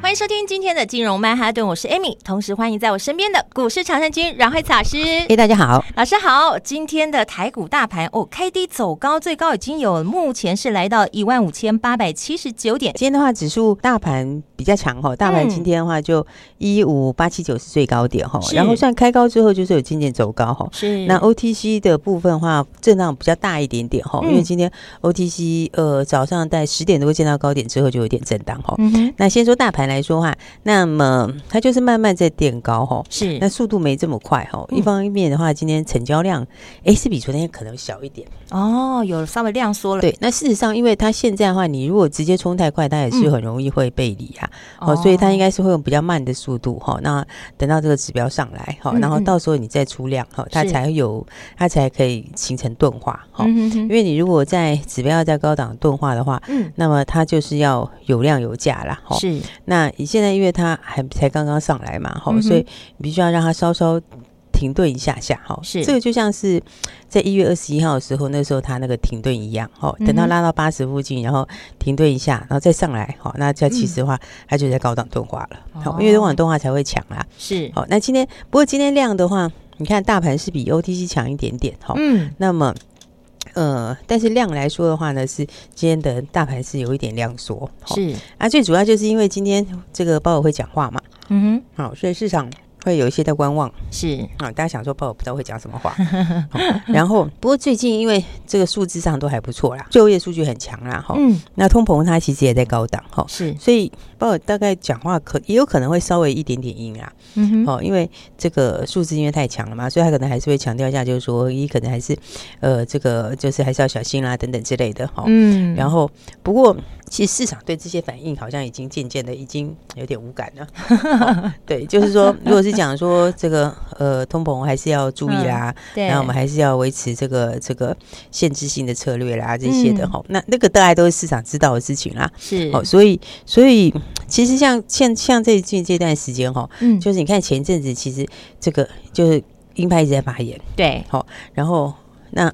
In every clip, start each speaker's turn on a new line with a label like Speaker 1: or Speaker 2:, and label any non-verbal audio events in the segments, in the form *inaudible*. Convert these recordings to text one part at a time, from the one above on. Speaker 1: 欢迎收听今天的金融曼哈顿，我是 Amy，同时欢迎在我身边的股市常胜军阮慧慈老师。
Speaker 2: 哎，大家好，
Speaker 1: 老师好，今天的台股大盘哦，开低走高，最高已经有目前是来到一万五千八百七十九点，
Speaker 2: 今天的话，指数大盘比较强
Speaker 1: 嗯
Speaker 2: 哈，大盘今天的话就一五八七九是最高点哈，
Speaker 1: 是
Speaker 2: 然后算开高之后就是有渐渐走高哈。
Speaker 1: 是
Speaker 2: 那 OTC 的部分的话，震荡比较大一点点哈，
Speaker 1: 嗯
Speaker 2: 因为今天 OTC 呃早上在十点多见到高点之后就有点震荡哈。
Speaker 1: 嗯哼，
Speaker 2: 那先说大盘来说话，那么它就是慢慢在垫高哈，
Speaker 1: 是
Speaker 2: 那速度没这么快哈。
Speaker 1: 嗯
Speaker 2: 一方面的话，今天成交量诶是比昨天可能小一点。
Speaker 1: 哦，有稍微量缩了，
Speaker 2: 对，那事实上，因为它现在的话，你如果直接冲太快，它也
Speaker 1: 嗯
Speaker 2: 是很容易会背离啊。哦，所以它应该是会用比较慢的速度哈、那等到这个指标上来哈、
Speaker 1: 嗯
Speaker 2: 然后
Speaker 1: 嗯
Speaker 2: 到时候你再出量哈、它
Speaker 1: 是
Speaker 2: 才会有，它才可以形成钝化哈、
Speaker 1: 嗯哼哼
Speaker 2: 因为你如果在指标要在高档钝化的话，
Speaker 1: 嗯，
Speaker 2: 那么它就是要有量有价啦哈、
Speaker 1: 哦是
Speaker 2: 那你现在因为它还才刚刚上来嘛哈、
Speaker 1: 嗯哼
Speaker 2: 所以你必须要让它稍稍。停顿一下下哈，
Speaker 1: 是
Speaker 2: 这个就像是在一月二十一号的时候，那时候它那个停顿一样哈，
Speaker 1: 嗯哼
Speaker 2: 等到拉到八十附近，然后停顿一下，然后再上来哈，那这样其实的话，它就在高档钝化了，好、
Speaker 1: 嗯哦
Speaker 2: 因为高档钝化才会强啊。
Speaker 1: 是，
Speaker 2: 好，那今天不过今天量的话，你看大盘是比 OTC 强一点点哈，
Speaker 1: 嗯，
Speaker 2: 那么。呃，但是量来说的话呢，是今天的大盘是有一点量缩，好
Speaker 1: 是，
Speaker 2: 啊，最主要就是因为今天这个鲍尔会讲话嘛，
Speaker 1: 嗯
Speaker 2: 好、所以市场会有一些在观望
Speaker 1: 哼，是
Speaker 2: 啊、大家想说鲍尔不知道会讲什么话，
Speaker 1: *laughs*
Speaker 2: 好然后不过最近因为这个数字上都还不错啦，就业数据很强啦，哈、
Speaker 1: 嗯
Speaker 2: 那通膨它其实也在高档，哈、
Speaker 1: 是，
Speaker 2: 所以鲍尔大概讲话可也有可能会稍微一点点硬啦，
Speaker 1: 嗯哼，
Speaker 2: 哦，因为这个数字因为太强了嘛，所以他可能还是会强调一下，就是说一可能还是呃这个就是还是要小心啦等等之类的，哈、
Speaker 1: 嗯
Speaker 2: 然后，不过其实市场对这些反应好像已经渐渐的已经有点
Speaker 1: *laughs*
Speaker 2: 无感了。哦对，就是说，如果是讲说这个呃通膨还是要注意啦，
Speaker 1: 嗯对，
Speaker 2: 然后我们还是要维持这个这个限制性的策略啦这些的哈、那那个大概都是市场知道的事情啦。
Speaker 1: 嗯是
Speaker 2: 哦，所以所以其实像像像最近这段时间哈、
Speaker 1: 嗯
Speaker 2: 就是你看前阵子其实这个就是鹰派一直在发言，
Speaker 1: 对，
Speaker 2: 然后那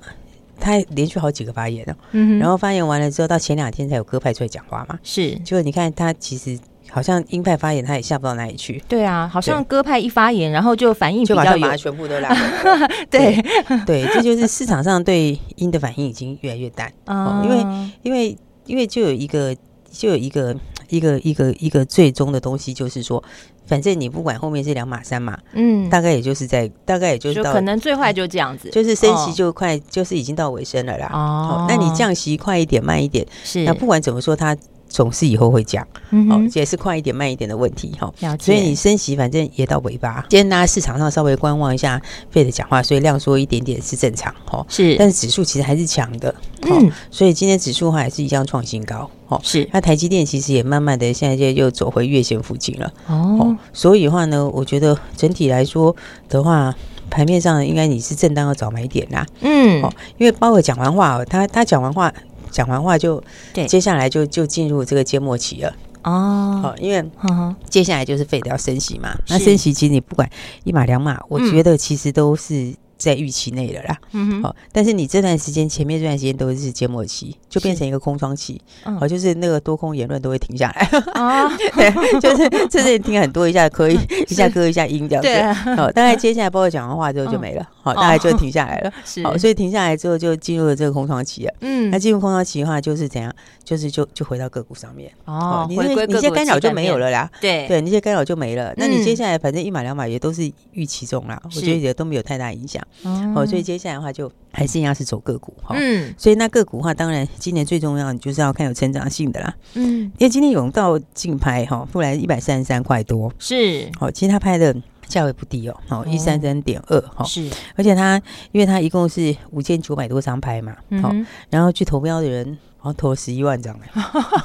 Speaker 2: 他连续好几个发言哦。
Speaker 1: 嗯哼，
Speaker 2: 然
Speaker 1: 后
Speaker 2: 后发言完了之后，到前两天才有鸽派出来讲话嘛。
Speaker 1: 是。
Speaker 2: 结果你看他其实好像鹰派发言，他也下不到哪里去，
Speaker 1: 对啊，好像鸽派一发言，然后就反应比
Speaker 2: 就马
Speaker 1: 较
Speaker 2: 上把
Speaker 1: 有
Speaker 2: 他全 *laughs* 部都拉回来。
Speaker 1: *laughs* 对
Speaker 2: 对，这就是市场上对鹰的反应已经越来越淡，
Speaker 1: 啊
Speaker 2: 哦因为因为因为就有一个就有一个一个一个一个最终的东西，就是说，反正你不管后面是两码三码，
Speaker 1: 嗯，
Speaker 2: 大概也就是在大概也就是
Speaker 1: 就
Speaker 2: 到
Speaker 1: 可能最坏就这样子，
Speaker 2: 就是升息
Speaker 1: 哦
Speaker 2: 就快、就是已经到尾声了啦。
Speaker 1: 哦
Speaker 2: 好那你降息快一点慢一点，
Speaker 1: 是
Speaker 2: 那不管怎么说，它总是以后会降。
Speaker 1: 嗯
Speaker 2: 哦
Speaker 1: 哼，
Speaker 2: 也是快一点慢一点的问题哈。哦
Speaker 1: 了解，
Speaker 2: 所以你升息反正也到尾巴，今天大家市场上稍微观望一下费的讲话，所以量缩一点点是正常哦。
Speaker 1: 是
Speaker 2: 但是指数其实还是强的，哦
Speaker 1: 嗯
Speaker 2: 所以今天指数还是一样创新高哦。
Speaker 1: 是
Speaker 2: 那台积电其实也慢慢的现在就又走回月线附近了哦
Speaker 1: 哦，
Speaker 2: 所以的话呢，我觉得整体来说的话，盘面上应该你是震荡要早买点啦，
Speaker 1: 嗯
Speaker 2: 哦因为包括讲完话哦，他他讲完话讲完话就
Speaker 1: 对
Speaker 2: 接下来就就进入这个缄默期了
Speaker 1: 哦，
Speaker 2: 哦，因为。
Speaker 1: 哼
Speaker 2: *laughs*
Speaker 1: 哼
Speaker 2: 接下来就是费德要升息嘛，那
Speaker 1: 是
Speaker 2: 升息其实你不管一码两码，我
Speaker 1: 嗯
Speaker 2: 觉得其实都是在预期内的啦。
Speaker 1: 嗯哼
Speaker 2: 好、但是你这段时间前面这段时间都是缄默期，就变成一个空窗期，
Speaker 1: 嗯
Speaker 2: 好、就是那个多空言论都会停下来， *laughs*
Speaker 1: 啊，
Speaker 2: 对，就是就是你听很多一下可
Speaker 1: *laughs*
Speaker 2: 以一下歌一下音这样
Speaker 1: 对
Speaker 2: 子。
Speaker 1: 啊，
Speaker 2: 好、大概接下来包括讲完话之后就
Speaker 1: 嗯
Speaker 2: 没了，好、
Speaker 1: 哦
Speaker 2: 大概就停下来了。
Speaker 1: 是
Speaker 2: 好、所以停下来之后就进入了这个空窗期了。啊
Speaker 1: 嗯
Speaker 2: 那进入空窗期的话，就是怎样？就是就就回到个股上面。
Speaker 1: 哦，
Speaker 2: 你
Speaker 1: 回
Speaker 2: 这
Speaker 1: 归
Speaker 2: 你这干扰就没有
Speaker 1: 了，
Speaker 2: 了啦。
Speaker 1: 对
Speaker 2: 对，那些干扰就没了。那
Speaker 1: 嗯
Speaker 2: 你接下来反正一买两买也都是预期中啦，
Speaker 1: 是
Speaker 2: 我觉得也都没有太大影响。
Speaker 1: 哦
Speaker 2: 哦，所以接下来的话就还是一样是走个股哈。
Speaker 1: 嗯
Speaker 2: 所以那个股的话，当然今年最重要，你就是要看有成长性的啦。
Speaker 1: 嗯
Speaker 2: 因为今天永道竞拍哈，后来一百三十三块多，
Speaker 1: 是
Speaker 2: 哦，其实它拍的价位不低哦，哦一三三点二哈，
Speaker 1: 是
Speaker 2: 而且它因为它一共是五千九百多张拍嘛，
Speaker 1: 嗯
Speaker 2: 好、
Speaker 1: 哼
Speaker 2: 然后去投标的人好像投了十一万张哎，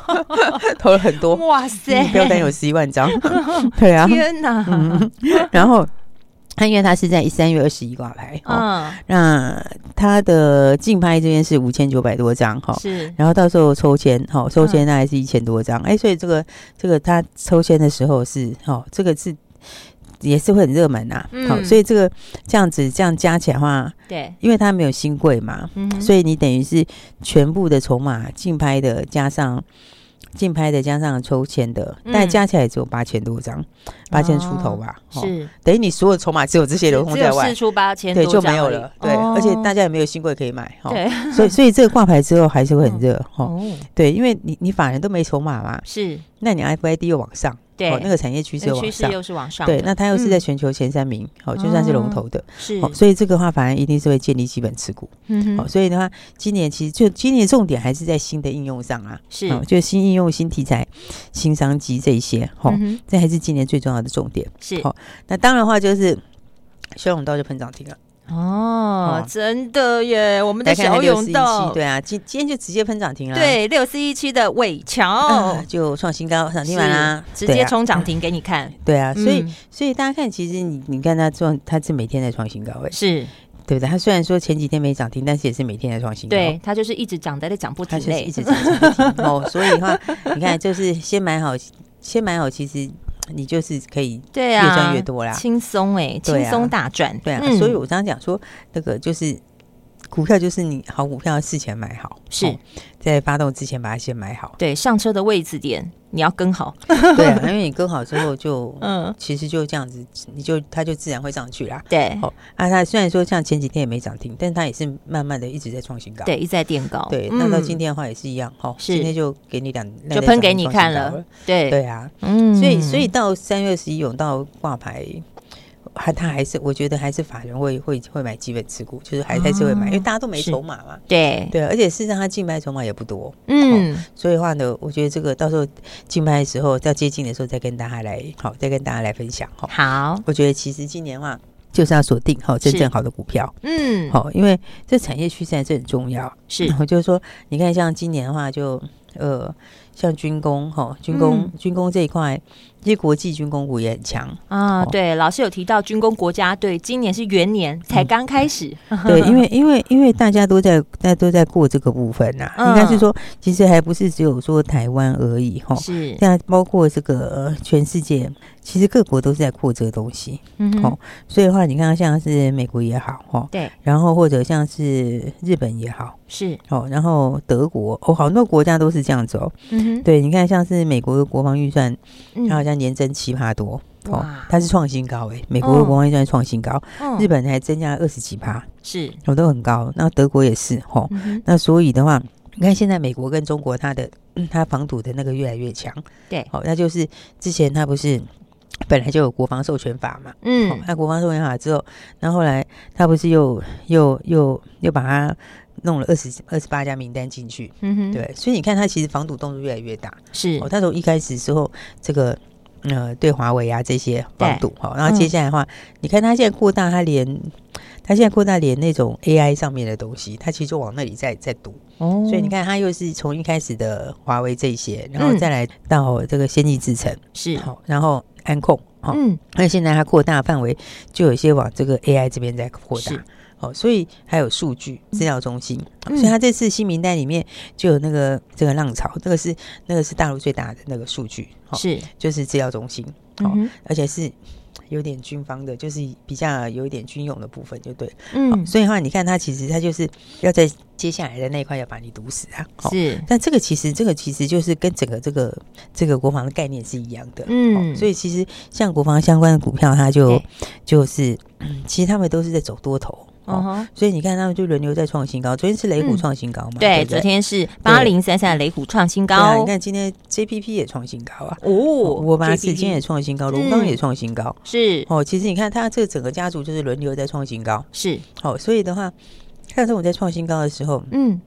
Speaker 1: *laughs*
Speaker 2: 投了很多，
Speaker 1: 哇塞 *laughs*
Speaker 2: 嗯，标单有十一万张，对啊，
Speaker 1: 天哪，
Speaker 2: 然后它因为它是在三月二十一挂牌，哦，
Speaker 1: 嗯，
Speaker 2: 那它的竞拍这边是五千九百多张，哈、
Speaker 1: 是
Speaker 2: 然后到时候抽签，好、
Speaker 1: 嗯
Speaker 2: 抽签大概是一千多张，哎、所以这个这个他抽签的时候是，哦，这个是也是会很热门呐、好、
Speaker 1: 嗯
Speaker 2: 所以这个这样子这样加起来的话，
Speaker 1: 对，
Speaker 2: 因为它没有新贵嘛，
Speaker 1: 嗯哼，
Speaker 2: 所以你等于是全部的筹码竞拍的加上。竞拍的加上抽签的，
Speaker 1: 嗯
Speaker 2: 但加起来只有八千多张，八千出头吧。哦
Speaker 1: 是
Speaker 2: 等于你所有筹码只有这些流通
Speaker 1: 只
Speaker 2: 在
Speaker 1: 有
Speaker 2: 外
Speaker 1: 四，出八千多
Speaker 2: 对，就
Speaker 1: 张
Speaker 2: 没有
Speaker 1: 而已
Speaker 2: 了。对，而且大
Speaker 1: 家
Speaker 2: 家也没有新贵可以买。哦，
Speaker 1: 哦对
Speaker 2: 所以所以这个挂牌之后还是会很热。哦，
Speaker 1: 哦
Speaker 2: 对，因为你你法人都没筹码嘛，
Speaker 1: 是
Speaker 2: 那你 FID 又往上，
Speaker 1: 对
Speaker 2: 哦，那个产业趋势
Speaker 1: 那
Speaker 2: 又往
Speaker 1: 趋势
Speaker 2: 上，
Speaker 1: 又是往上的，
Speaker 2: 对，那它又是在
Speaker 1: 嗯
Speaker 2: 全球前三名，哦，就算是龙头的，
Speaker 1: 是
Speaker 2: 哦，所以这个话法人一定是会建立基本持股，
Speaker 1: 嗯
Speaker 2: 哦，
Speaker 1: 哼
Speaker 2: 所以的话，今年其实就今年重点还是在新的应用上啊，
Speaker 1: 是
Speaker 2: 哦，就新应用、新题材、新商机这一些，哦，
Speaker 1: 嗯哼
Speaker 2: 这还是今年最重要的重点。
Speaker 1: 是
Speaker 2: 好那当然的话就是。修永道就喷涨停了，
Speaker 1: 哦
Speaker 2: 哦，
Speaker 1: 真的耶，我们的
Speaker 2: 来看
Speaker 1: 小
Speaker 2: 看六四
Speaker 1: 勇
Speaker 2: 一
Speaker 1: 道
Speaker 2: 七，对啊，今今天就直接喷涨停了，
Speaker 1: 对六四一七的尾
Speaker 2: 啊，
Speaker 1: 桥，
Speaker 2: 就创新高，涨停板
Speaker 1: 是
Speaker 2: 啦，
Speaker 1: 直
Speaker 2: 对
Speaker 1: 接
Speaker 2: 啊
Speaker 1: 冲涨停给你看，
Speaker 2: 对啊， *laughs* 所以、
Speaker 1: 嗯
Speaker 2: 所以大家看，其实你你看它创，它是每天在创新高位，
Speaker 1: 是
Speaker 2: 对不对？它虽然说前几天没涨停，但是也是每天在创新高。
Speaker 1: 对，它就是一直涨，在在涨不
Speaker 2: 它
Speaker 1: 停
Speaker 2: 就是
Speaker 1: 嘞，
Speaker 2: 一直涨一直涨哦。所以的话，
Speaker 1: *laughs*
Speaker 2: 你看，就是先买好，先买好，其实你就是可以
Speaker 1: 对
Speaker 2: 越
Speaker 1: 啊，
Speaker 2: 赚越多啦。
Speaker 1: 轻松哎，
Speaker 2: 对
Speaker 1: 轻
Speaker 2: 啊
Speaker 1: 松大赚，
Speaker 2: 对啊，
Speaker 1: 嗯
Speaker 2: 所以我常常讲说，那个就是股票，就是你好股票要事前买好，
Speaker 1: 是。
Speaker 2: 哦在发动之前把它先买好
Speaker 1: *laughs* 对上车的位置点你要跟好，
Speaker 2: 对啊，因为你跟好之
Speaker 1: *laughs*
Speaker 2: 后就，
Speaker 1: 嗯，
Speaker 2: 其实就这样子，你就它就自然会上去啦。
Speaker 1: 对
Speaker 2: 哦，啊，它虽然说像前几天也没涨停，但它也是慢慢的一直在创新高。
Speaker 1: 对，一再垫高，
Speaker 2: 对，那到
Speaker 1: 嗯
Speaker 2: 今天的话也是一样，哦，
Speaker 1: 是
Speaker 2: 今天就给你两，两
Speaker 1: 就
Speaker 2: 类
Speaker 1: 喷
Speaker 2: 涨
Speaker 1: 给
Speaker 2: 停
Speaker 1: 你
Speaker 2: 创
Speaker 1: 看
Speaker 2: 新高
Speaker 1: 了，，对，
Speaker 2: 对啊，
Speaker 1: 嗯
Speaker 2: 所以所以到三月十一永到挂牌。还他还是，我觉得还是法人会会会买基本持股，就是还还是会买，因为
Speaker 1: 哦
Speaker 2: 大家都没
Speaker 1: 是
Speaker 2: 筹码嘛。
Speaker 1: 对，
Speaker 2: 对，而且事实上他竞拍筹码也不多，
Speaker 1: 嗯，
Speaker 2: 所以的话呢，我觉得这个到时候竞拍的时候，到接近的时候再跟大家来好，再跟大家来分享哈。
Speaker 1: 好，
Speaker 2: 我觉得其实今年的话，就是要锁定好真
Speaker 1: 是
Speaker 2: 正好的股票，
Speaker 1: 嗯，
Speaker 2: 好，嗯因为这产业趋势还是很重要。
Speaker 1: 是
Speaker 2: *laughs* 我就是说，你看像今年的话就，呃，像军工哈，军工、
Speaker 1: 嗯
Speaker 2: 军工这一块，其实国际军工股也
Speaker 1: *laughs*
Speaker 2: 很强。
Speaker 1: 啊，
Speaker 2: 哦
Speaker 1: 对，老师有提到军工国家队，今年是元年，才刚开始，
Speaker 2: 对，因为因为因为大家都在大家都在过这个部分呐、
Speaker 1: 嗯
Speaker 2: 应该是说，其实还不是只有说台湾而已哈。
Speaker 1: 是，
Speaker 2: 现在包括这个、呃、全世界，其实各国都是在扩这个东西，
Speaker 1: 嗯哼
Speaker 2: 好所以的话，你看像是美国也好哈，哦
Speaker 1: 对，
Speaker 2: 然后或者像是日本也好，
Speaker 1: 是，
Speaker 2: 哦，然后德国哦，好多国家都是这样子哦。
Speaker 1: 嗯
Speaker 2: 对，你看像是美国的国防预算，
Speaker 1: 哼，
Speaker 2: 它好像年增七趴多。哦
Speaker 1: 嗯哇，哦
Speaker 2: 它是创新高诶、美国的国防预算创新高，
Speaker 1: 嗯
Speaker 2: 日本还增加了二十几趴，
Speaker 1: 是，
Speaker 2: 哦，都很高。那德国也是吼、哦，
Speaker 1: 嗯哼，
Speaker 2: 那所以的话，你看现在美国跟中国它的嗯它防堵的那个越来越强，
Speaker 1: 对
Speaker 2: 哦，那就是之前它不是本来就有国防授权法嘛，哦
Speaker 1: 嗯，
Speaker 2: 那国防授权法之后，那后来它不是又又又又把它弄了二十二十八家名单进去，
Speaker 1: 嗯哼，，
Speaker 2: 对，所以你看它其实防堵动作越来越大，
Speaker 1: 是
Speaker 2: 哦，，他从一开始之后，这个呃对华为啊这些防堵好，然
Speaker 1: 嗯
Speaker 2: 后接下来的话，你看他现在扩大，他连他现在扩大连那种 AI 上面的东西，他其实就往那里在在堵，
Speaker 1: 哦
Speaker 2: 所以你看他又是从一开始的华为这些，然后
Speaker 1: 嗯
Speaker 2: 再来到这个先进制程，
Speaker 1: 是，
Speaker 2: 好、然后安控，哦好、
Speaker 1: 嗯，
Speaker 2: 那现在它扩大范围，就有一些往这个 AI 这边在扩大
Speaker 1: 是。
Speaker 2: 哦，所以还有数据资料中心，
Speaker 1: 嗯
Speaker 2: 所以它这次新名单里面就有那个这个浪潮，这个是那个是大陆最大的那个数据，哦，
Speaker 1: 是，
Speaker 2: 就是资料中心，
Speaker 1: 嗯
Speaker 2: 好
Speaker 1: 哼
Speaker 2: 而且是有点军方的，就是比较有一点军用的部分，就对。哦
Speaker 1: 嗯，
Speaker 2: 所以的话，你看它其实它就是要在接下来的那一块要把你堵死啊。哦
Speaker 1: 是，
Speaker 2: 但这个其实，这个其实就是跟整个这个这个国防的概念是一样的，
Speaker 1: 嗯
Speaker 2: 哦所以其实像国防相关的股票，它就
Speaker 1: 对
Speaker 2: 就是、嗯其实他们都是在走多头，
Speaker 1: 嗯
Speaker 2: 哦，
Speaker 1: 哼，
Speaker 2: 所以你看他们就轮流在创新高，昨天是雷
Speaker 1: 嗯
Speaker 2: 股创新高嘛，
Speaker 1: 对，
Speaker 2: 不
Speaker 1: 昨天是八零三三雷虎创新
Speaker 2: 对啊，
Speaker 1: 高
Speaker 2: 你，看今天 JPP 也创新高啊，
Speaker 1: 哦，
Speaker 2: 我八四
Speaker 1: JPP
Speaker 2: 今天也创新
Speaker 1: 嗯
Speaker 2: 高，龙钢也创新高，
Speaker 1: 是
Speaker 2: 哦，其实你看它这个整个家族就是轮流在创新高，
Speaker 1: 是，
Speaker 2: 哦，所以的话，像这种在创新高的时候，
Speaker 1: 嗯，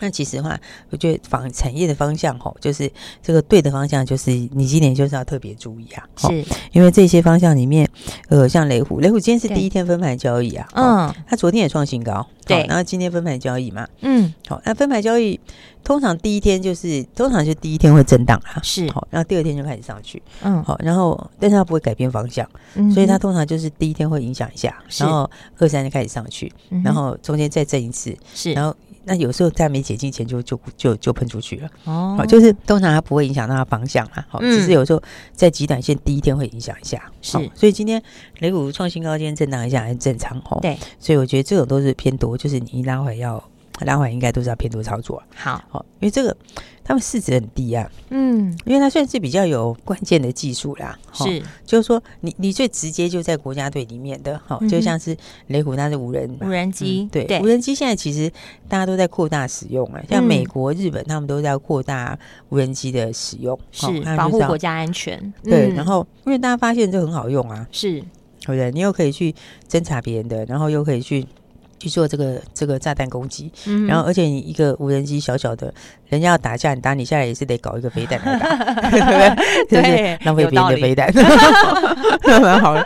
Speaker 2: 那其实的话，我觉得仿产业的方向吼，就是这个对的方向，就是你今年就是要特别注意啊，吼
Speaker 1: 是，
Speaker 2: 因为这些方向里面，呃，像雷虎，雷虎今天是第一天分盘交易啊，嗯，
Speaker 1: 嗯
Speaker 2: 它昨天也创新高，好
Speaker 1: 对
Speaker 2: 然后今天分盘交易嘛，
Speaker 1: 嗯，
Speaker 2: 好，那分盘交易通常第一天就是通常就第一天会震荡啦，
Speaker 1: 是，
Speaker 2: 好，然后第二天就开始上去，
Speaker 1: 嗯，
Speaker 2: 好，然后但是它不会改变方向，
Speaker 1: 嗯
Speaker 2: 所以它
Speaker 1: 哼，
Speaker 2: 通常就是第一天会影响一下，
Speaker 1: 是
Speaker 2: 然后二三就开始上去，
Speaker 1: 嗯哼
Speaker 2: 然后中间再震一次，
Speaker 1: 是，
Speaker 2: 然后那有时候在没解禁前就就就就喷出去了，
Speaker 1: 哦
Speaker 2: 好、就是通常它不会影响到它方向啦，好、
Speaker 1: 嗯
Speaker 2: 只是有时候在极短线第一天会影响一下，
Speaker 1: 是
Speaker 2: 好所以今天雷股创新高，今天震荡一下很正常哦，
Speaker 1: 对，
Speaker 2: 所以我觉得这种都是偏多，就是你一拉回要拉回应该都是要偏多操作啊，
Speaker 1: 好，
Speaker 2: 好、因为这个他们市值很低啊，
Speaker 1: 嗯，
Speaker 2: 因为它算是比较有关键的技术啦，好
Speaker 1: 是
Speaker 2: 就是说你你最直接就在国家队里面的，好、
Speaker 1: 嗯哼
Speaker 2: 就像是雷虎它是无人嘛
Speaker 1: 无人机
Speaker 2: 嗯，对，
Speaker 1: 对
Speaker 2: 无，人机现在其实大家都在扩大使用啊，像
Speaker 1: 嗯
Speaker 2: 美国、日本他们都在扩大无人机的使用，哦
Speaker 1: 是
Speaker 2: 他们
Speaker 1: 保护
Speaker 2: 就知道
Speaker 1: 国家安全，
Speaker 2: 对，
Speaker 1: 嗯
Speaker 2: 然后因为大家发现这很好用啊，
Speaker 1: 是，
Speaker 2: 对不对？你又可以去侦查别人的，然后又可以去去做这个这个炸弹攻击，
Speaker 1: 嗯
Speaker 2: 然后而且你一个无人机小小的，人家要打架，你打你下来也是得搞一个飞弹来打，
Speaker 1: *laughs*
Speaker 2: 对不对？
Speaker 1: 对
Speaker 2: *laughs* 浪费
Speaker 1: 有
Speaker 2: 别人
Speaker 1: 道
Speaker 2: 的
Speaker 1: 理
Speaker 2: 飞弹，蛮好用，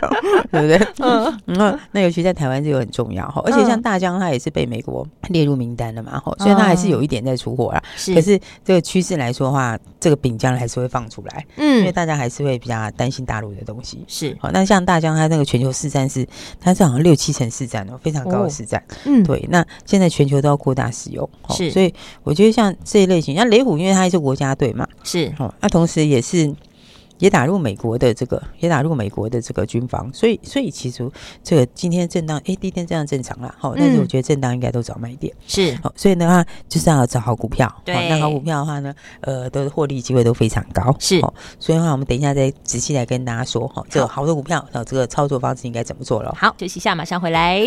Speaker 2: 对不对？
Speaker 1: 嗯
Speaker 2: 嗯，那那尤其在台湾这个很重要哈，而且像大疆它也是被美国列入名单了嘛
Speaker 1: 嗯
Speaker 2: 哈，所以它还是有一点在出货啦。
Speaker 1: *laughs* 是，
Speaker 2: 可是这个趋势来说的话，这个饼将来还是会放出来，因为
Speaker 1: 嗯
Speaker 2: 大家还是会比较担心大陆的东西。
Speaker 1: 是，
Speaker 2: 好，那像大疆它那个全球市占是，它是好像六七成市占哦，非常高
Speaker 1: 哦
Speaker 2: 的市占。
Speaker 1: 嗯
Speaker 2: 对，那现在全球都要扩大使用，哦
Speaker 1: 是
Speaker 2: 所以我觉得像这一类型，像雷虎，因为它是国家队嘛，
Speaker 1: 是，
Speaker 2: 哦，那同时也是也打入美国的这个，也打入美国的这个军方，所以所以其实这个今天震荡，诶，第一天震荡正常啦，好、但是我
Speaker 1: 嗯
Speaker 2: 觉得震荡应该都找买点，
Speaker 1: 是
Speaker 2: 好、所以的话就是要找好股票，好
Speaker 1: 对
Speaker 2: 那好股票的话呢，呃，都获利机会都非常高，
Speaker 1: 是
Speaker 2: 哦，所以的话我们等一下再仔细来跟大家说，哈、这个好的股票，哦然后这个操作方式应该怎么做了。
Speaker 1: 好，休息一下，马上回来。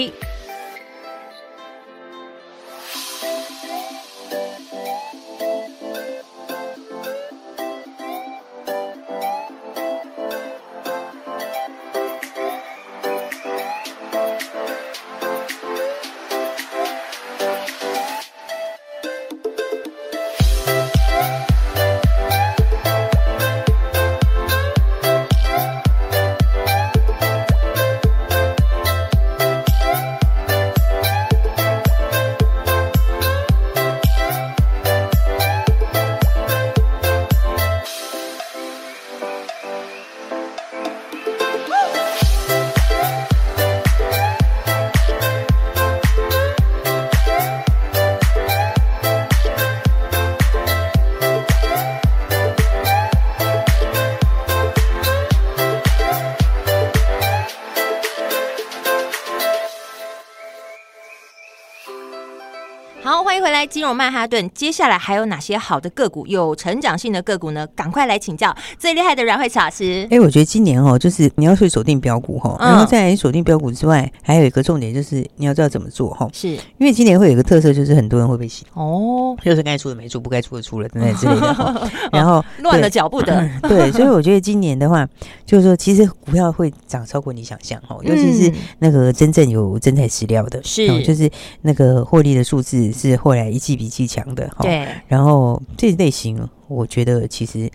Speaker 1: 好，欢迎回来，金融曼哈顿。接下来还有哪些好的个股，有成长性的个股呢？赶快来请教最厉害的阮慧慈老师。
Speaker 2: 哎、我觉得今年哦，就是你要去锁定标股哈，
Speaker 1: 嗯
Speaker 2: 然后再来锁定标股之外，还有一个重点就是你要知道怎么做哈，
Speaker 1: 是
Speaker 2: 因为今年会有一个特色，就是很多人会被洗
Speaker 1: 哦，
Speaker 2: 就是该出的没出，不该出的出了等等之类的。
Speaker 1: *laughs*
Speaker 2: 哦然后
Speaker 1: 乱了脚步的，
Speaker 2: 对
Speaker 1: *laughs*
Speaker 2: 对，所以我觉得今年的话，就是说，其实股票会涨超过你想象哦，尤其是
Speaker 1: 嗯
Speaker 2: 那个真正有真材实料的，
Speaker 1: 是
Speaker 2: 哦就是那个获利的数字是后来一季比一季强的。哦，
Speaker 1: 对
Speaker 2: 然后这类型，我觉得其实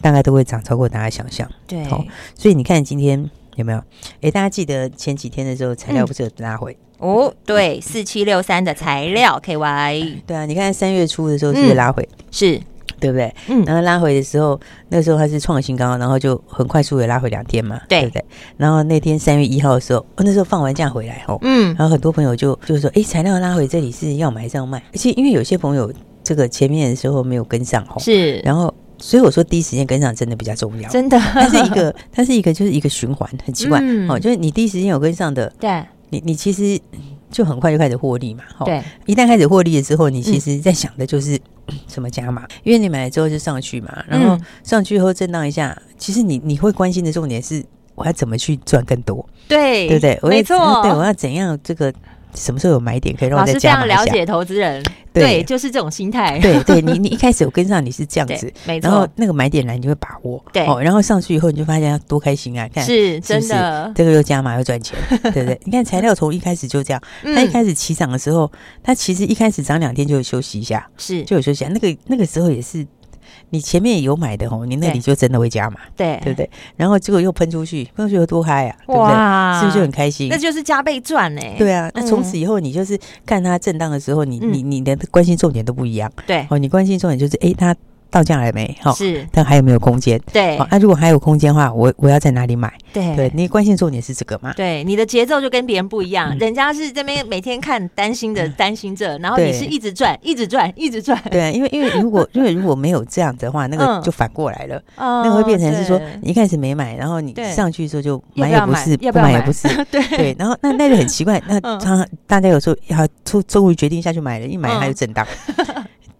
Speaker 2: 大概都会涨超过大家想象。
Speaker 1: 对，
Speaker 2: 好所以你看今天有没有？诶，大家记得前几天的时候，材
Speaker 1: 嗯
Speaker 2: 料不是有拉回？
Speaker 1: 哦，对，四七六三的材料 KY
Speaker 2: 对啊，你看三月初的时候是不是
Speaker 1: 嗯
Speaker 2: 拉回？
Speaker 1: 是，
Speaker 2: 对不对？
Speaker 1: 嗯，
Speaker 2: 然后拉回的时候，那时候它是创新高，然后就很快速的拉回两天嘛，
Speaker 1: 对
Speaker 2: 不对？然后那天三月一号的时候，哦，那时候放完假回来哦，
Speaker 1: 嗯，
Speaker 2: 然后很多朋友就就说，哎，材料拉回这里是要买还是要卖？而且因为有些朋友这个前面的时候没有跟上哦，
Speaker 1: 是，
Speaker 2: 然后所以我说第一时间跟上真的比较重要，
Speaker 1: 真的，
Speaker 2: 它是一个它是一个就是一个循环，很奇怪、
Speaker 1: 嗯
Speaker 2: 哦，就是你第一时间有跟上的，
Speaker 1: 对
Speaker 2: 你你其实就很快就开始获利嘛，哦，
Speaker 1: 对，
Speaker 2: 一旦开始获利了之后，你
Speaker 1: 嗯
Speaker 2: 其实在想的就是 *coughs* 什么加码，因为你买了之后就上去嘛，然后
Speaker 1: 嗯
Speaker 2: 上去以后震荡一下，其实你你会关心的重点是我要怎么去赚更多，
Speaker 1: 对
Speaker 2: 对不对？我要
Speaker 1: 没错，
Speaker 2: 对，我要怎样这个什么时候有买点可以让
Speaker 1: 老
Speaker 2: 我再
Speaker 1: 师非
Speaker 2: 加
Speaker 1: 常
Speaker 2: 码一
Speaker 1: 了
Speaker 2: 下。
Speaker 1: 解投资人，对，
Speaker 2: 对
Speaker 1: 就是这种心态，
Speaker 2: 对
Speaker 1: *laughs*
Speaker 2: 对，你你一开始有跟上，你是这样子
Speaker 1: 对，，没
Speaker 2: 然后
Speaker 1: 错，
Speaker 2: 那个买点来你会把握，
Speaker 1: 对
Speaker 2: 哦，然后上去以后你就发现要多开心啊！看
Speaker 1: 是
Speaker 2: 是不
Speaker 1: 真
Speaker 2: 是
Speaker 1: 的，
Speaker 2: 这个又加码又赚
Speaker 1: *laughs*
Speaker 2: 钱，对不对？你看材料从一开始就这样，它一
Speaker 1: 嗯，
Speaker 2: 开始起涨的时候，它其实一开始涨两天就有休息一下，
Speaker 1: 是，
Speaker 2: 就有休息一下。那个那个时候也是，你前面有买的哦，你那
Speaker 1: 对哎
Speaker 2: 里就真的会加码，
Speaker 1: 对
Speaker 2: 对不对？然后结果又喷出去，喷出去有多嗨啊，对不对？
Speaker 1: 哇
Speaker 2: 是不是就很开心
Speaker 1: 那？就是加倍赚哎，
Speaker 2: 对啊，那从
Speaker 1: 嗯
Speaker 2: 此以后你就是看它震荡的时候，你
Speaker 1: 嗯
Speaker 2: 你你的关心重点都不一样
Speaker 1: 对，
Speaker 2: 哦。你关心重点就是，诶，它到价了没？哈，
Speaker 1: 是，
Speaker 2: 它还有没有空间？
Speaker 1: 对
Speaker 2: 哦哦，那如果还有空间的话，我我要在哪里买？
Speaker 1: 对
Speaker 2: 对，你关心重点是这个嘛？
Speaker 1: 对，你的节奏就跟别人不一样，
Speaker 2: 嗯
Speaker 1: 人家是这边每天看担心的担心这，然后
Speaker 2: 对
Speaker 1: 你是一直转，一直转，一直转，
Speaker 2: 对啊，因为因为如果因为如果没有这样子的话，那
Speaker 1: 嗯
Speaker 2: 个就反过来了，
Speaker 1: 那
Speaker 2: *laughs* 那个会变成是说
Speaker 1: 哦对
Speaker 2: 你一开始没买，然后你
Speaker 1: 对
Speaker 2: 上去之后就
Speaker 1: 要
Speaker 2: 买
Speaker 1: 不
Speaker 2: 也
Speaker 1: 要
Speaker 2: 不
Speaker 1: 买
Speaker 2: 是，
Speaker 1: 要不
Speaker 2: 不
Speaker 1: 要
Speaker 2: 买也
Speaker 1: 买
Speaker 2: 不是，
Speaker 1: *laughs* 对
Speaker 2: 对。然后那那就很奇怪，那
Speaker 1: *laughs* 嗯
Speaker 2: 常大家有时候要终终于决定下去买了，一买
Speaker 1: 嗯
Speaker 2: 它就
Speaker 1: *laughs*
Speaker 2: 震荡，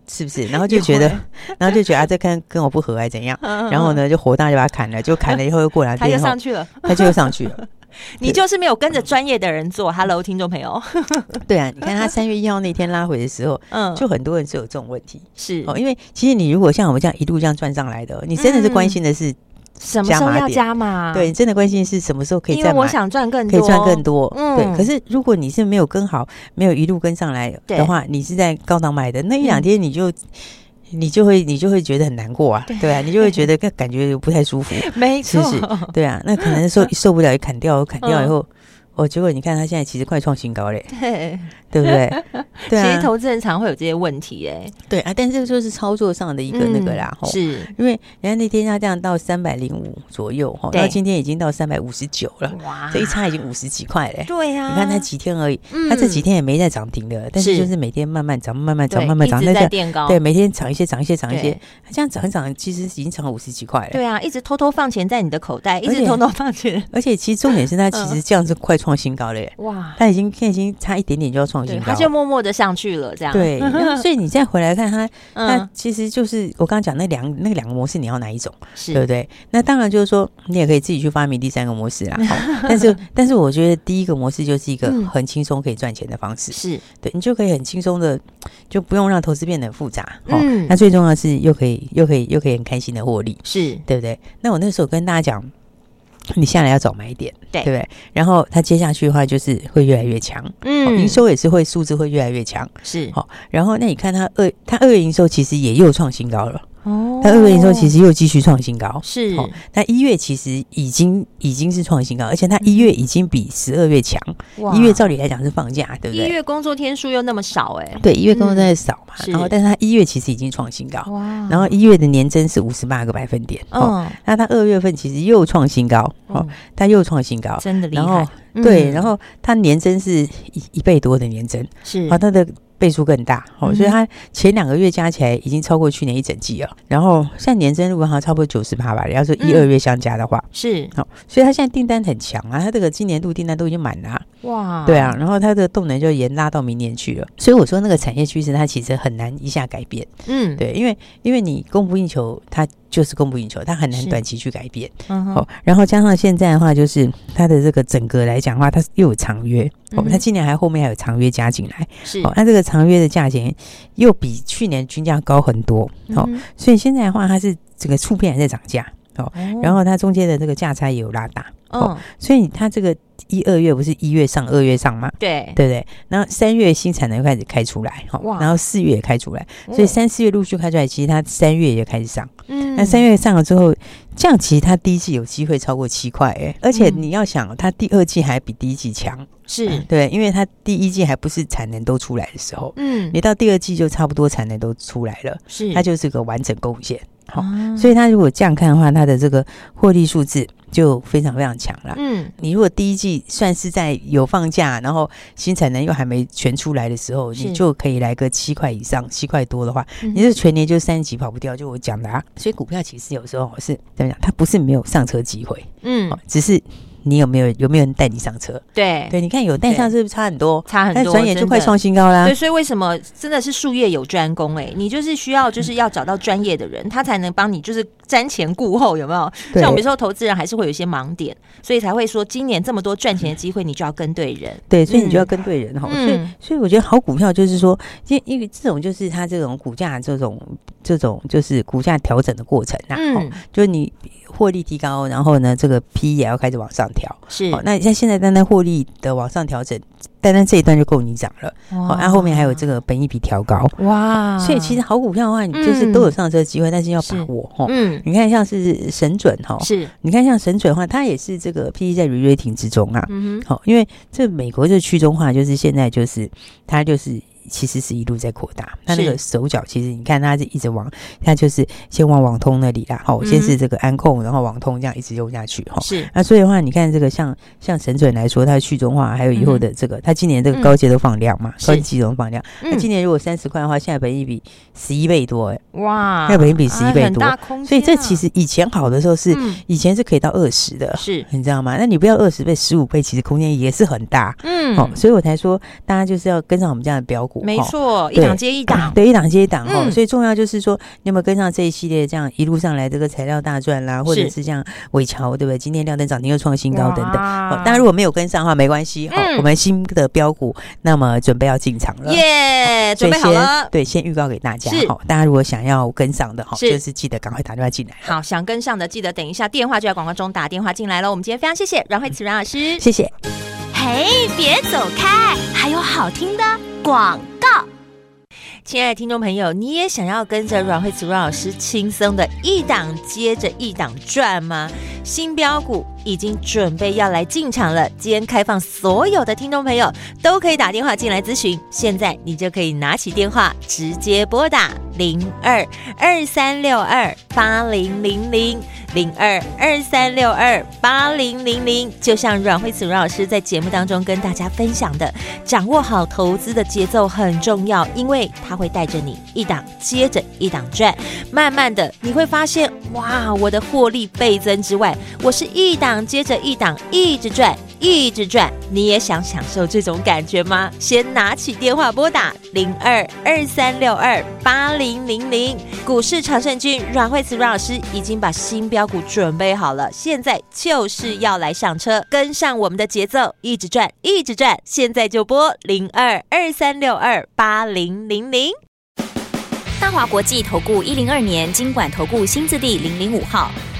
Speaker 2: 是不是？然后就
Speaker 1: 有
Speaker 2: 觉得
Speaker 1: 欸，
Speaker 2: 然后就觉得啊，这跟跟我不合还怎样？然
Speaker 1: 然
Speaker 2: 后？呢，就火大就把它砍了，就砍了以后又
Speaker 1: *laughs*
Speaker 2: 过两
Speaker 1: 嗯他就
Speaker 2: 天后嗯
Speaker 1: 上，去了，
Speaker 2: 它就又上去
Speaker 1: *laughs*
Speaker 2: 了。
Speaker 1: 你就是没有跟着专业的人做。Hello，听众朋友，
Speaker 2: 对啊，你看它三月一号那天拉回的时候，
Speaker 1: 嗯，
Speaker 2: 就很多人是有这种问题。
Speaker 1: 是
Speaker 2: 哦，因为其实你如果像我们这样一路这样赚上来的，哦你真的是
Speaker 1: 嗯
Speaker 2: 关心的是，
Speaker 1: 什么时候
Speaker 2: 加码
Speaker 1: 要
Speaker 2: 点
Speaker 1: 加码？
Speaker 2: 对，你，真的关心是什么时候可以
Speaker 1: 啊因
Speaker 2: 再
Speaker 1: 为我
Speaker 2: 买，
Speaker 1: 想赚更
Speaker 2: 可
Speaker 1: 多，
Speaker 2: 以赚更多。
Speaker 1: 嗯
Speaker 2: 对，可是如果你是没有跟好，没有一路跟上来
Speaker 1: 对
Speaker 2: 的话，你是在高档买的，那一
Speaker 1: 嗯
Speaker 2: 两天你就。你就会你就会觉得很难过啊，对啊，你就
Speaker 1: *laughs*
Speaker 2: 会觉得感觉不太舒服，
Speaker 1: *laughs* 没
Speaker 2: 是
Speaker 1: 错，
Speaker 2: 不是？对啊，那可
Speaker 1: *laughs*
Speaker 2: 能受受不了，也砍掉，砍掉以
Speaker 1: 哦嗯
Speaker 2: 后，哦，结果你看它现在其实快创新高嘞，
Speaker 1: 对，
Speaker 2: *laughs* 对
Speaker 1: *laughs*
Speaker 2: 不对？对
Speaker 1: 其实
Speaker 2: 啊，
Speaker 1: 投资人常会有这些问题，哎，
Speaker 2: 对啊，但是就是操作上的一
Speaker 1: 一
Speaker 2: 个那个啦，吼
Speaker 1: 嗯是
Speaker 2: 因为人家那天要这样到三百零五左右哈，
Speaker 1: 对
Speaker 2: 然后今天已经到三百五十九了，
Speaker 1: 哇
Speaker 2: 这一差已经五十几块嘞。
Speaker 1: 对啊呀，
Speaker 2: 你看它几天而已，
Speaker 1: 嗯，
Speaker 2: 它这几天也没在涨停的，但是
Speaker 1: 是
Speaker 2: 就是每天慢慢涨，慢慢
Speaker 1: 对
Speaker 2: 涨，慢慢涨，
Speaker 1: 一
Speaker 2: 那
Speaker 1: 直在
Speaker 2: 个
Speaker 1: 垫高，
Speaker 2: 对，每天涨一些，涨一些，涨一些
Speaker 1: 对，
Speaker 2: 它这样涨一涨，其实已经涨了五十几块了。
Speaker 1: 对啊，一直偷偷放钱在你的口袋，一直
Speaker 2: 且
Speaker 1: 偷偷放
Speaker 2: *laughs*
Speaker 1: 钱，
Speaker 2: 而且其实重点是它其
Speaker 1: 嗯
Speaker 2: 实这样是快创新高了耶，
Speaker 1: 哇，
Speaker 2: 它已经它已经差一点点就要创
Speaker 1: 对，
Speaker 2: 新
Speaker 1: 他
Speaker 2: 高。
Speaker 1: 就默默的上去了，这样，
Speaker 2: 对，那所以你再回来看它，它
Speaker 1: 嗯，
Speaker 2: 其实就是我刚刚讲那两那两个模式，你要哪一种？对不
Speaker 1: 是，
Speaker 2: 对？那当然就是说，你也可以自己去发明第三个模式啦。
Speaker 1: *laughs*
Speaker 2: 好但是，但是我觉得第一个模式就是一个
Speaker 1: 嗯
Speaker 2: 很轻松可以赚钱的方式，
Speaker 1: 是，
Speaker 2: 对你就可以很轻松的，就不用让投资变得很复杂。哦、
Speaker 1: 嗯
Speaker 2: 那最重要的是又可以又可以又可以很开心的获利，
Speaker 1: 是，
Speaker 2: 对不对？那我那时候跟大家讲。你下来要早买一点，
Speaker 1: 对
Speaker 2: 不对？然后它接下去的话就是会越来越强，哦营
Speaker 1: 嗯，
Speaker 2: 收也是会数字会越来越强。
Speaker 1: 是，
Speaker 2: 好、然后那你看它二它二月营收其实也又创新高了，
Speaker 1: 哦
Speaker 2: 它二月营收其实又继续创新高，
Speaker 1: 是
Speaker 2: 哦那一月其实已经已经是创新高，而且它一月已经比十二月强。
Speaker 1: 哇
Speaker 2: 一月照理来讲是放假，对不
Speaker 1: 一
Speaker 2: 对？
Speaker 1: 月工作天数又那么少，哎，
Speaker 2: 对，一月工作真的少嘛，
Speaker 1: 是
Speaker 2: 然后但是它一月其实已经创新高，
Speaker 1: 哇
Speaker 2: 然后一月的年增是五十八个百分点。哦，
Speaker 1: 嗯，
Speaker 2: 那它二月份其实又创新高，哦
Speaker 1: 嗯，
Speaker 2: 它又创新高。
Speaker 1: 真的厉
Speaker 2: 啊然
Speaker 1: 害
Speaker 2: 后，对，
Speaker 1: 嗯
Speaker 2: 然后它年增是一一倍多的年增，
Speaker 1: 是
Speaker 2: 啊，它的倍数更大，哦，
Speaker 1: 嗯
Speaker 2: 所以它前两个月加起来已经超过去年一整季了。然后现在年增如果好像差不多九十八吧，要说一
Speaker 1: 嗯
Speaker 2: 二月相加的话，
Speaker 1: 是
Speaker 2: 好、所以它现在订单很强啊，它这个今年度订单都已经满了啊、
Speaker 1: 哇，
Speaker 2: 对啊，，然后它的动能就延拉到明年去了。所以我说那个产业趋势它其实很难一下改变，
Speaker 1: 嗯，
Speaker 2: 对，因为因为你供不应求，它就是供不应求，它很难
Speaker 1: 是
Speaker 2: 短期去改变。
Speaker 1: 嗯哼，
Speaker 2: 哦，然后加上现在的话，就是它的这个整个来讲的话，它又有长约，
Speaker 1: 嗯
Speaker 2: 哦，
Speaker 1: 哼
Speaker 2: 它今年还后面还有长约加进来，
Speaker 1: 是，
Speaker 2: 哦，那这个长约的价钱又比去年均价高很多，哦，
Speaker 1: 嗯
Speaker 2: 所以现在的话，它是整个触变还在涨价，
Speaker 1: 哼，
Speaker 2: 然后它中间的这个价差也有拉大。
Speaker 1: 哦，嗯，
Speaker 2: 所以它这个一二月不是一月上，二月上吗？
Speaker 1: 对，
Speaker 2: 对不对？然后三月新产能开始开出来，哈哦
Speaker 1: 哇，哦
Speaker 2: 然后四月也开出来，所以三四月陆续开出来，其实它三月也开始上。
Speaker 1: 嗯，
Speaker 2: 那三月上了之后，这样其实它第一季有机会超过七块，哎，而且
Speaker 1: 嗯
Speaker 2: 你要想，它第二季还比第一季强，
Speaker 1: 是，
Speaker 2: 对，因为它第一季还不是产能都出来的时候，
Speaker 1: 嗯，
Speaker 2: 你到第二季就差不多产能都出来了，
Speaker 1: 是，
Speaker 2: 它就是个完整贡献。好
Speaker 1: 啊
Speaker 2: 所以它如果这样看的话，它的这个获利数字就非常非常强啦。
Speaker 1: 嗯，
Speaker 2: 你如果第一季算是在有放假，然后新产能又还没全出来的时候，
Speaker 1: 是
Speaker 2: 你就可以来个七块以上、七块多的话，
Speaker 1: 嗯
Speaker 2: 你这全年就三十几跑不掉，就我讲的啊。所以股票其实有时候是怎么讲，它不是没有上车机会，
Speaker 1: 嗯
Speaker 2: 哦，只是你有没有有没有人带你上车？
Speaker 1: 对
Speaker 2: 对，你看有带上是不是差很多？
Speaker 1: 差很
Speaker 2: 但
Speaker 1: 多，
Speaker 2: 转眼就
Speaker 1: 真
Speaker 2: 快
Speaker 1: 的
Speaker 2: 创新高啦
Speaker 1: 对，。所以为什么真的是术业有专攻、欸？哎，你就是需要就是要找到专业的人，他才能帮你就是瞻前顾后，有没有？
Speaker 2: 对
Speaker 1: 像我们说投资人还是会有一些盲点，所以才会说今年这么多赚钱的机会，你就要跟对人。
Speaker 2: 对，所以你
Speaker 1: 嗯
Speaker 2: 就要跟对人哈、哦所以
Speaker 1: 嗯，
Speaker 2: 所以我觉得好股票就是说，因因为这种就是它这种股价这种这种就是股价调整的过程啊，哦
Speaker 1: 嗯，
Speaker 2: 就是你获利提高，然后呢，这个 P 也要开始往上调。
Speaker 1: 是，
Speaker 2: 好、那像现在单单获利的往上调整，单单这一段就够你涨了。好、
Speaker 1: 哇
Speaker 2: 那、后面还有这个本益比调高，
Speaker 1: 哇，
Speaker 2: 所以其实好股票的话，你就是都有上车的机会，但是要把握哈。
Speaker 1: 嗯
Speaker 2: 你看像是神准哈，
Speaker 1: 是，
Speaker 2: 你看像神准的话，它也是这个 P E 在 re-rating 之中啊。
Speaker 1: 嗯哼，
Speaker 2: 好、因为这美国这去中化就是现在就是它就是其实是一路在扩大，它那
Speaker 1: 是
Speaker 2: 个手脚其实你看它是一直往，它就是先往网通那里啦，好、先是这个安控，然后网通这样一直用下去哈。
Speaker 1: 嗯是
Speaker 2: 那所以的话，你看这个像像神准来说，它的去中化还有以后的这个，它今年这个高阶都放量嘛，
Speaker 1: 嗯是
Speaker 2: 高级都放量。那
Speaker 1: 嗯
Speaker 2: 今年如果三十块的话，现在本益比十一倍多哎、
Speaker 1: 哇，
Speaker 2: 那本益比11倍
Speaker 1: 很
Speaker 2: 多
Speaker 1: 大空间啊
Speaker 2: 所以这其实呃以前好的时候是、
Speaker 1: 嗯
Speaker 2: 以前是可以到二十的，
Speaker 1: 是，
Speaker 2: 你知道吗？那你不要二十倍、十五倍，其实空间也是很大。
Speaker 1: 嗯，
Speaker 2: 哦，所以我才说大家就是要跟上我们这样的标股，
Speaker 1: 没
Speaker 2: 哦。
Speaker 1: 错，一
Speaker 2: 对
Speaker 1: 档接一档，
Speaker 2: 对，一档接一档哦，
Speaker 1: 嗯
Speaker 2: 所以重要就是说，你有没有跟上这一系列这样一路上来这个材料大赚啦，或者
Speaker 1: 是
Speaker 2: 是像伟桥，对不对？今天亮灯涨停又创新高等等。
Speaker 1: 哇
Speaker 2: 哦，大家如果没有跟上的话，没关系哈、
Speaker 1: 嗯
Speaker 2: 我们新的标股那么准备要进场了。
Speaker 1: 耶，准
Speaker 2: 所以
Speaker 1: 备好了
Speaker 2: 先。对，先预告给大家
Speaker 1: 是
Speaker 2: 好，大家如果想要跟上的哈，
Speaker 1: 是
Speaker 2: 就是记得赶快打电话进来。
Speaker 1: 好，想跟上的记得等一下电话就在广告中打电话进来了。我们今天非常谢谢阮慧慈阮老师，
Speaker 2: 谢谢。
Speaker 3: 嘿，别走开，还有好听的广告。
Speaker 1: 亲爱的听众朋友，你也想要跟着阮慧慈阮老师轻松的一档接着一档赚吗？新标股已经准备要来进场了，今天开放所有的听众朋友都可以打电话进来咨询，现在你就可以拿起电话直接拨打零二二三六二八零零零。零二二三六二八零零零，就像阮慧慈阮老师在节目当中跟大家分享的，掌握好投资的节奏很重要，因为它会带着你一档接着一档赚。慢慢的，你会发现，哇，我的获利倍增之外，我是一档接着一档一直赚。一直赚，你也想享受这种感觉吗？先拿起电话拨打零二二三六二八零零零。股市常胜军阮慧慈阮老师已经把新标股准备好了，现在就是要来上车，跟上我们的节奏，一直赚，一直赚，现在就拨零二二三六二八零零零。
Speaker 3: 大华国际投顾一零二年经管投顾新字第零零五号。